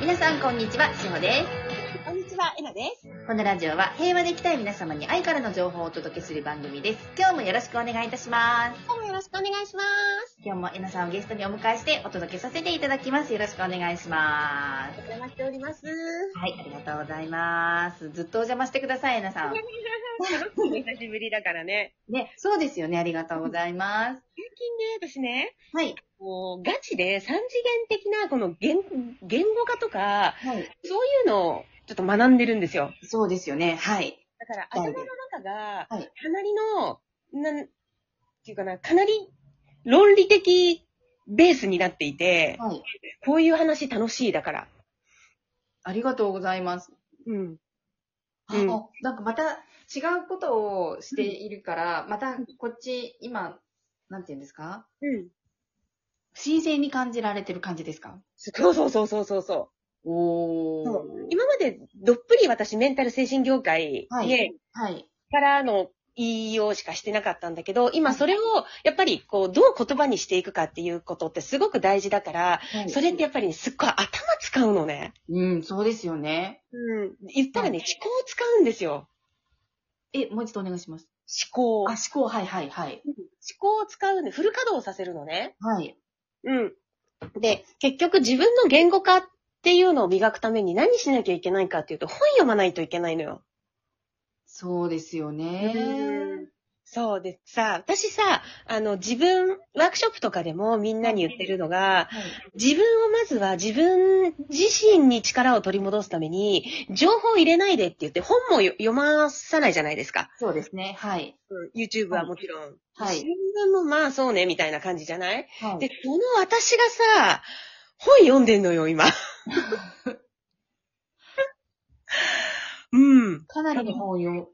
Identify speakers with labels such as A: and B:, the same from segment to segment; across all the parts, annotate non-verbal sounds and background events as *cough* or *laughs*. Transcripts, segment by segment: A: 皆さんこんにちは、しほです。
B: こんにちは、えなです。
A: このラジオは平和でいきたい皆様に愛からの情報をお届けする番組です。今日もよろしくお願いいたします。
B: どうもよろしくお願いしま
A: 今日もえなさんをゲストにお迎えしてお届けさせていただきます。よろしくお願いします。
B: す。お邪魔しており *laughs* ます。
A: はい、ありがとうございます。ずっとお邪魔してください、えなさん。
B: お久しぶりだからね。
A: ね、そうですよね。ありがとうございます。
B: 最近ね、私ね、
A: はい。
B: もうガチで三次元的なこの言言語化とか、
A: はい。
B: そういうのをちょっと学んでるんですよ。
A: そうですよね。はい。
B: だから
A: は
B: 頭
A: い
B: の中が、
A: はい
B: かなりの、なん、っていうかな、かなり論理的ベースになっていて、
A: はい。
B: こういう話楽しいだから。
A: ありがとうございます。
B: うん。
A: あ
B: うん
A: あなんかまた違うことをしているから、またこっち、今、なんて言うんですか
B: うん。
A: 新鮮に感じられてる感じですか
B: そうそうそうそうそうそう。
A: お
B: そ
A: ー
B: う。今までどっぷり私メンタル精神業界
A: はい
B: へ
A: はい。
B: からの引用しかしてなかったんだけど、今それをやっぱりこうどう言葉にしていくかっていうことってすごく大事だから、
A: はい
B: それってやっぱりねすっごい頭使うのね。
A: うん、そうですよね。
B: うん。言ったらね、
A: は
B: 思考を使うんですよ。
A: え、もう一度お願いします。
B: 思考。
A: あ、思
B: 思
A: 考、はいはいはい。
B: 考を使うんで、フル稼働させるのね。
A: はい。
B: うん。で、結局自分の言語化っていうのを磨くために何しなきゃいけないかっていうと、本読まないといけないのよ。
A: そうですよね。
B: そうでさ、私さ、あの、自分、ワークショップとかでもみんなに言ってるのが、
A: はい
B: 自分をまずは自分自身に力を取り戻すために、情報を入れないでって言って本もよ読まさないじゃないですか。
A: そうですね。はい。
B: YouTube はもちろん。
A: はい
B: 新聞もまあそうね、みたいな感じじゃない
A: は
B: で
A: い。、
B: この私がさ、本読んでんのよ、今。 *laughs* うん。
A: かなりの本を読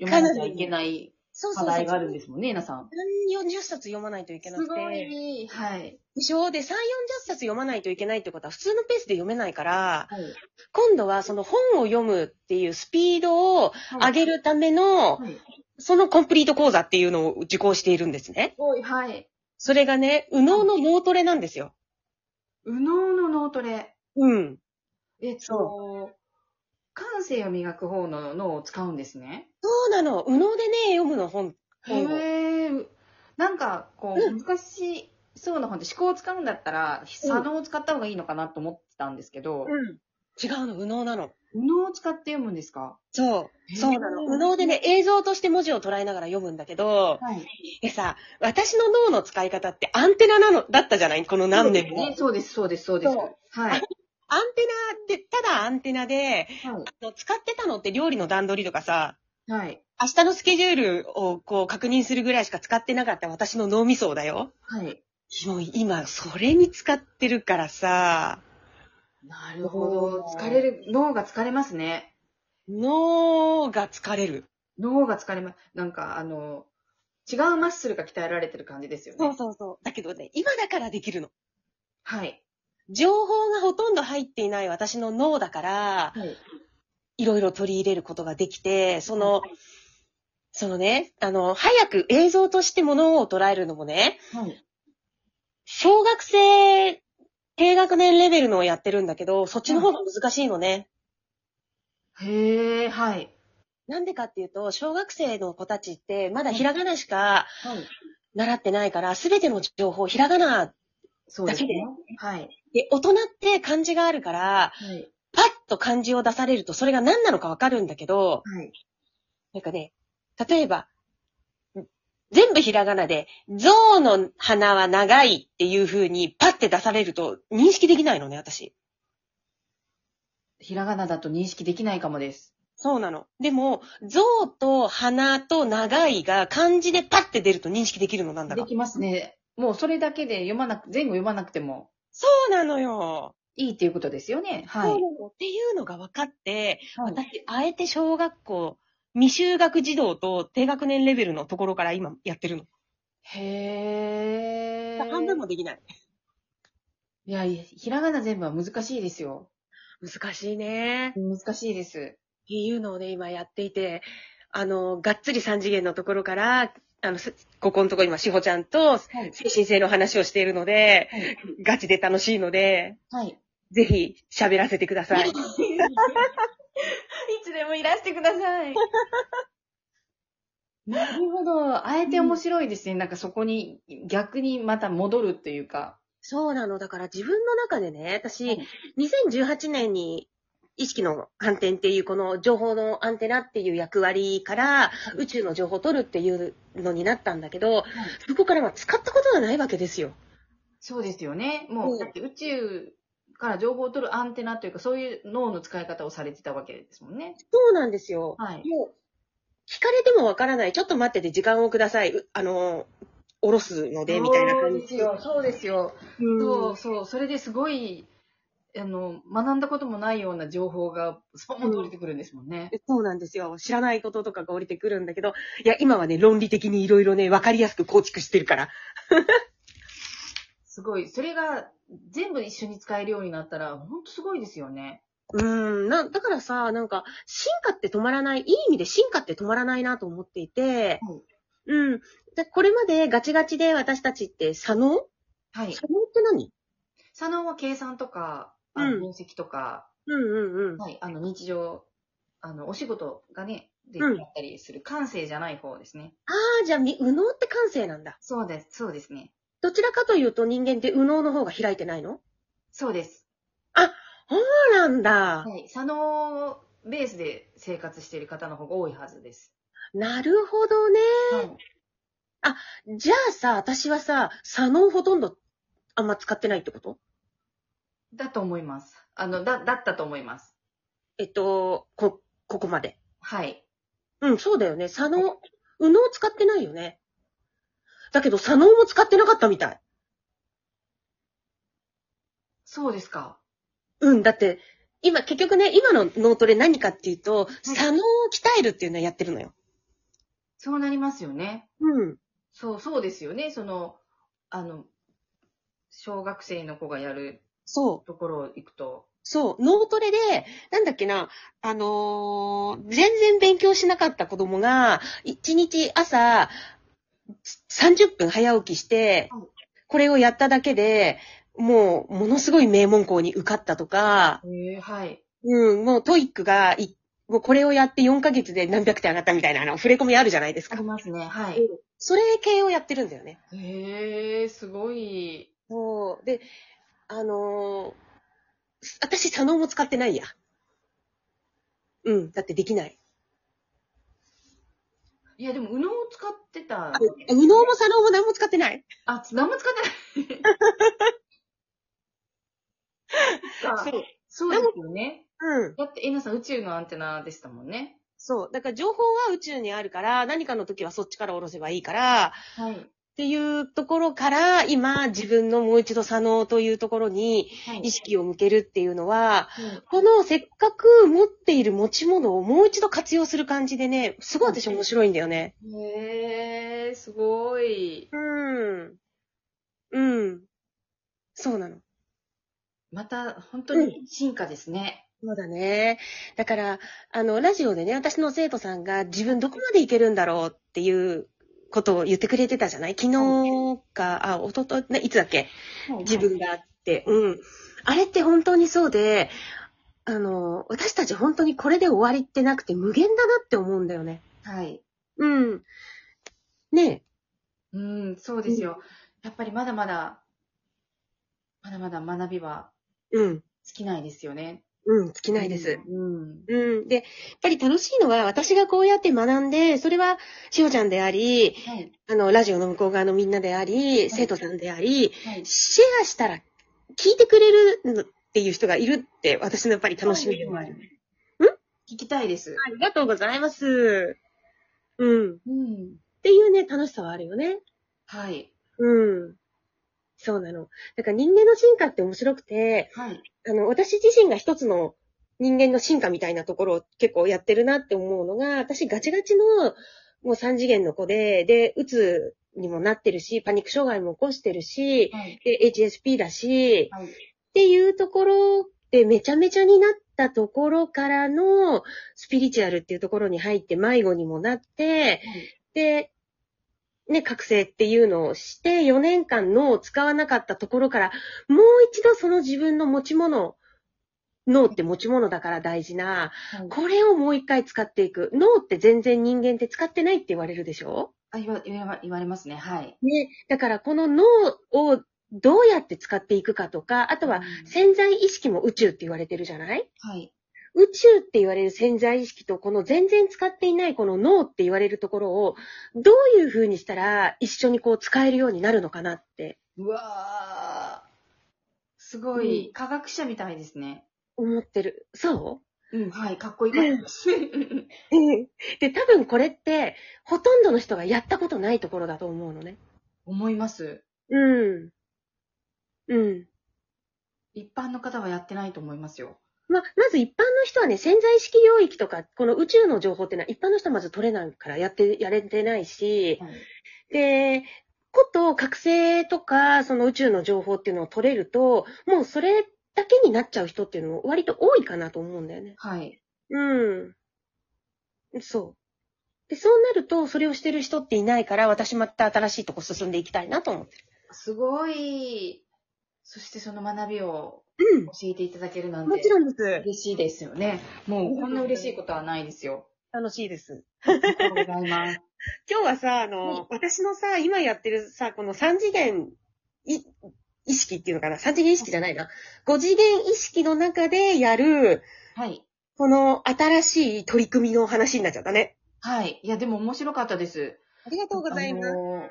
A: 読まなきゃいけない
B: そう
A: 課
B: そうそ
A: 題
B: う。
A: があるんですもんね、えなさん。
B: 3、40冊読まないといけなくて。
A: い。はい。
B: でしょで、3、40冊読まないといけないってことは普通のペースで読めないから、
A: はい。
B: 今度はその本を読むっていうスピードを上げるための、
A: はい。
B: そのコンプリート講座っていうのを受講しているんですね。
A: はい。
B: それがね、右脳の脳トレなんですよ。
A: 右脳の脳トレ。
B: うん。
A: えっと、感性を磨く方の脳を使うんですね。
B: そうなの。右脳でね、読むの本。
A: へえ。なんか、こ
B: う
A: う、難しそうな本って思考を使うんだったら、左脳を使った方がいいのかなと思ってたんですけど、
B: ん。違うの、右脳なの。
A: 右脳を使って読むんですか
B: そう。
A: へー
B: そうなの。右脳でね、映像として文字を捉えながら読むんだけど、
A: はい。
B: でさ、私の脳の使い方ってアンテナなの、だったじゃないこの何年も。
A: ね。そうです、そうです、そうです。
B: そう
A: はい。
B: アンテナって、ただアンテナで、
A: はい。
B: あの使ってたのって料理の段取りとかさ、
A: はい。
B: 明日のスケジュールをこう確認するぐらいしか使ってなかった私の脳みそだよ。
A: はい。
B: もう今、それに使ってるからさ、
A: なるほど。疲れる、脳が疲れますね。
B: 脳が疲れる。
A: 脳が疲れます。なんか、あの、違うマッスルが鍛えられてる感じですよね。
B: そうそう。だけどね、今だからできるの。
A: はい。
B: 情報がほとんど入っていない私の脳だから、
A: はい。
B: いろいろ取り入れることができて、その、そのね、あの、早く映像としてものを捉えるのもね、
A: はい。
B: 小学生、低学年レベルのをやってるんだけど、そっちの方が難しいのね。
A: へえ、はい。
B: なんでかっていうと、小学生の子たちって、まだひらがなしか
A: はい。
B: 習ってないから、すべての情報、ひらがな。
A: そうですね
B: だ。
A: はい。
B: で、大人って漢字があるから、
A: はい。
B: パッと漢字を出されると、それが何なのかわかるんだけど、
A: はい。
B: なんかね、例えば、ん全部ひらがなで、象の鼻は長いっていう風にパッて出されると認識できないのね、私。
A: ひらがなだと認識できないかもです。
B: そうなの。でも、象と鼻と長いが漢字でパッて出ると認識できるのなんだ
A: で
B: か。
A: きますね。もうそれだけで読まなく、前後読まなくても
B: そうなのよ。
A: いいっていうことですよね。はい。
B: そうなのっていうのが分かって、
A: はい
B: 私、あえて小学校、未就学児童と低学年レベルのところから今やってるの。
A: へえ。
B: 半分もできない。
A: いやいや、ひらがな全部は難しいですよ。
B: 難しいね。
A: 難しいです。
B: っていうのをね、今やっていて、あの、がっつり三次元のところから、あの、せここのとこ今、しほちゃんと
A: はい。
B: 精神性の話をしているので、
A: はい。
B: ガチで楽しいので、
A: はい。
B: ぜひ喋らせてください。
A: いつでもいらしてください。 *laughs* なるほど。あえて面白いですね。なんかそこに逆にまた戻るというか。
B: そうなの。だから自分の中でね、私、
A: はい
B: 2018年に意識の反転っていう、この情報のアンテナっていう役割から、宇宙の情報を取るっていうのになったんだけど、そこからは使ったことがないわけですよ。
A: そうですよね。も
B: うん
A: う、だって宇宙から情報を取るアンテナというか、そういう脳の使い方をされてたわけですもんね。
B: そうなんですよ。
A: はい。
B: もう、聞かれてもわからない。ちょっと待ってて時間をください。うあの、おろすので、みたいな感じ。
A: そうですよ。
B: うん
A: そうそう。それですごい、あの、学んだこともないような情報が、スポンと降りてくるんですもんね。
B: そうなんですよ。知らないこととかが降りてくるんだけど、いや、今はね、論理的にいろいろね、わかりやすく構築してるから。
A: すごい。それが全部一緒に使えるようになったら、ほんとすごいですよね。
B: うーん、な、だからさ、なんか、進化って止まらない、いい意味で進化って止まらないなと思っていて、
A: はい
B: うん。で、これまでガチガチで私たちって、左脳
A: はい。
B: 左脳って何
A: 左脳は計算とか、あ
B: うん
A: の分析とか、
B: うんうんうん。
A: はい、あの日常、あの、お仕事がね、で
B: うん
A: やったりする感性じゃない方ですね。
B: ああ、じゃあ、み右脳って感性なんだ。
A: そうです、そうですね。
B: どちらかというと人間って右脳の方が開いてないの
A: そうです。
B: そうなんだ。
A: はい。左脳ベースで生活している方の方が多いはずです。
B: なるほどね。
A: はい。
B: じゃあさ、私はさ、左脳ほとんどあんま使ってないってこと
A: だと思います。あの、だ、だったと思います。
B: えっと、こ、ここまで。
A: はい。
B: うん、そうだよね。左脳、右脳使ってないよね。だけど、左脳も使ってなかったみたい。
A: そうですか。
B: うん、だって、今、結局ね、今の脳トレ何かっていうと、左脳を鍛えるっていうのはやってるのよ。
A: そうなりますよね。
B: うん。
A: そう、そうですよね。その、あの、小学生の子がやる
B: そう。
A: ところ行くと、
B: そう。脳トレで、なんだっけな、あのー全然勉強しなかった子供が、1日朝、30分早起きして
A: はい、
B: これをやっただけで、もう、ものすごい名門校に受かったとか、
A: ええはい。
B: うん、もうトイックがい、もうこれをやって4ヶ月で何百点上がったみたいな、あの、触れ込みあるじゃないです
A: あ
B: か
A: り。ますね。は
B: う
A: い。
B: それ系をやってるんだよね。
A: へえすごい。
B: そう。で、あのーす私、左脳も使ってないや。うん、だってできない。
A: いや、でも、右脳を使ってた。
B: あ、右脳も左脳も何も使ってない。
A: あ、何も使ってない。
B: *laughs*
A: そっか
B: う。
A: そうですよね。
B: うん。
A: だって、えなさん、宇宙のアンテナでしたもんね。
B: そう。だから情報は宇宙にあるから、何かの時はそっちから下ろせばいいから、
A: はい。
B: っていうところから、今、自分のもう一度左脳というところに
A: はい。
B: 意識を向けるっていうのは、
A: はい
B: このせっかく持っている持ち物をもう一度活用する感じでね、すごい私面白いんだよね。
A: へえすごい。
B: うん。うん。そうなの。
A: また、本当に進化ですね。
B: そうだね。だから、あの、ラジオでね、私の生徒さんが自分どこまでいけるんだろうっていうことを言ってくれてたじゃない昨日か、あ、おとと、ね、いつだっけ自分があって。うん。あれって本当にそうで、あの、私たち本当にこれで終わりってなくて無限だなって思うんだよね。
A: はい。
B: うん。ね
A: うん、そうですよ。やっぱりまだまだ、まだまだ学びは
B: え。うん。
A: 尽きないですよね。
B: うん、尽きないです。
A: うん。
B: うん。で、やっぱり楽しいのは私がこうやって学んで、それは、しおちゃんであり、
A: はい。
B: あの、ラジオの向こう側のみんなであり、生徒さんであり、
A: はい。
B: シェアしたら聞いてくれるのっていう人がいるって、私のやっぱり楽しみでもある。
A: ん聞きたいです。
B: ありがとうございます。うん。
A: うん。
B: っていうね、楽しさはあるよね。
A: はい。
B: うん。そうなの。だから人間の進化って面白くて、
A: はい。
B: あの、私自身が一つの人間の進化みたいなところを結構やってるなって思うのが、私ガチガチのもう三次元の子で、で、うつにもなってるし、パニック障害も起こしてるし、
A: はい。
B: で、HSP だし、
A: はい。
B: っていうところでめちゃめちゃになったところからのスピリチュアルっていうところに入って迷子にもなって、で、ね、覚醒っていうのをして、4年間のを使わなかったところから、もう一度その自分の持ち物脳って持ち物だから大事な、
A: はい
B: これをもう一回使っていく。脳って全然人間って使ってないって言われるでしょ
A: あ言わ言わ言われますね。はい。
B: ね。だからこの脳をどうやって使っていくかとか、あとは
A: うん
B: 潜在意識も宇宙って言われてるじゃない
A: はい。
B: 宇宙って言われる潜在意識とこの全然使っていないこの脳って言われるところをどういう風にしたら一緒にこう使えるようになるのかなって
A: うわー。すごい、科学者みたいですね。
B: 思ってる。そう
A: うん、はい。かっこいい *laughs* 感じです。うん
B: うんで、多分これって、ほとんどの人がやったことないところだと思うのね。
A: 思います。
B: うん。うん。
A: 一般の方はやってないと思いますよ。
B: まあ、まず一般の人はね、潜在意識領域とか、この宇宙の情報っていうのは一般の人はまず取れないからやって、やれてないし、
A: はい。
B: で、こと覚醒とか、その宇宙の情報っていうのを取れると、もうそれだけになっちゃう人っていうのも割と多いかなと思うんだよね。
A: はい。
B: うん。そう。で、そうなると、それをしてる人っていないから、私また新しいとこ進んでいきたいなと思って
A: すごい。そしてその学びを
B: る。
A: 教えていただけるなんて。
B: もちろんです。
A: 嬉しいですよね。もうこんな嬉しいことはないです *laughs* よ。
B: 楽しいです。
A: ありがとうございます。
B: 今日はさ、あの、私のさ、今やってるさ、この3次元、い、意識っていうのかな ?3 次元意識じゃないな。5次元意識の中でやる、
A: はい。
B: この新しい取り組みの話になっちゃったね。
A: はい。いや、でも面白かったです。
B: ありがとうございま
A: あ
B: す。
A: のー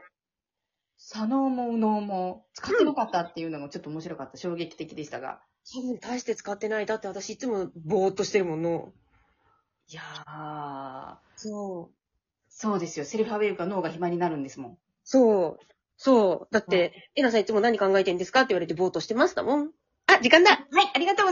A: 左脳も右脳も使ってなかったっていうのがちょっと面白かった。衝撃的でしたが。
B: 多分大して使ってない。だって私いつもぼーっとしてるもんの。
A: いやー、
B: そう。
A: そうですよ。セルフアウェイか脳が暇になるんですもん。
B: そう。そう。だって、エナさんいつも何考えてんですかって言われてぼーっとしてましたもん。あ、時間だはい、ありがとうございます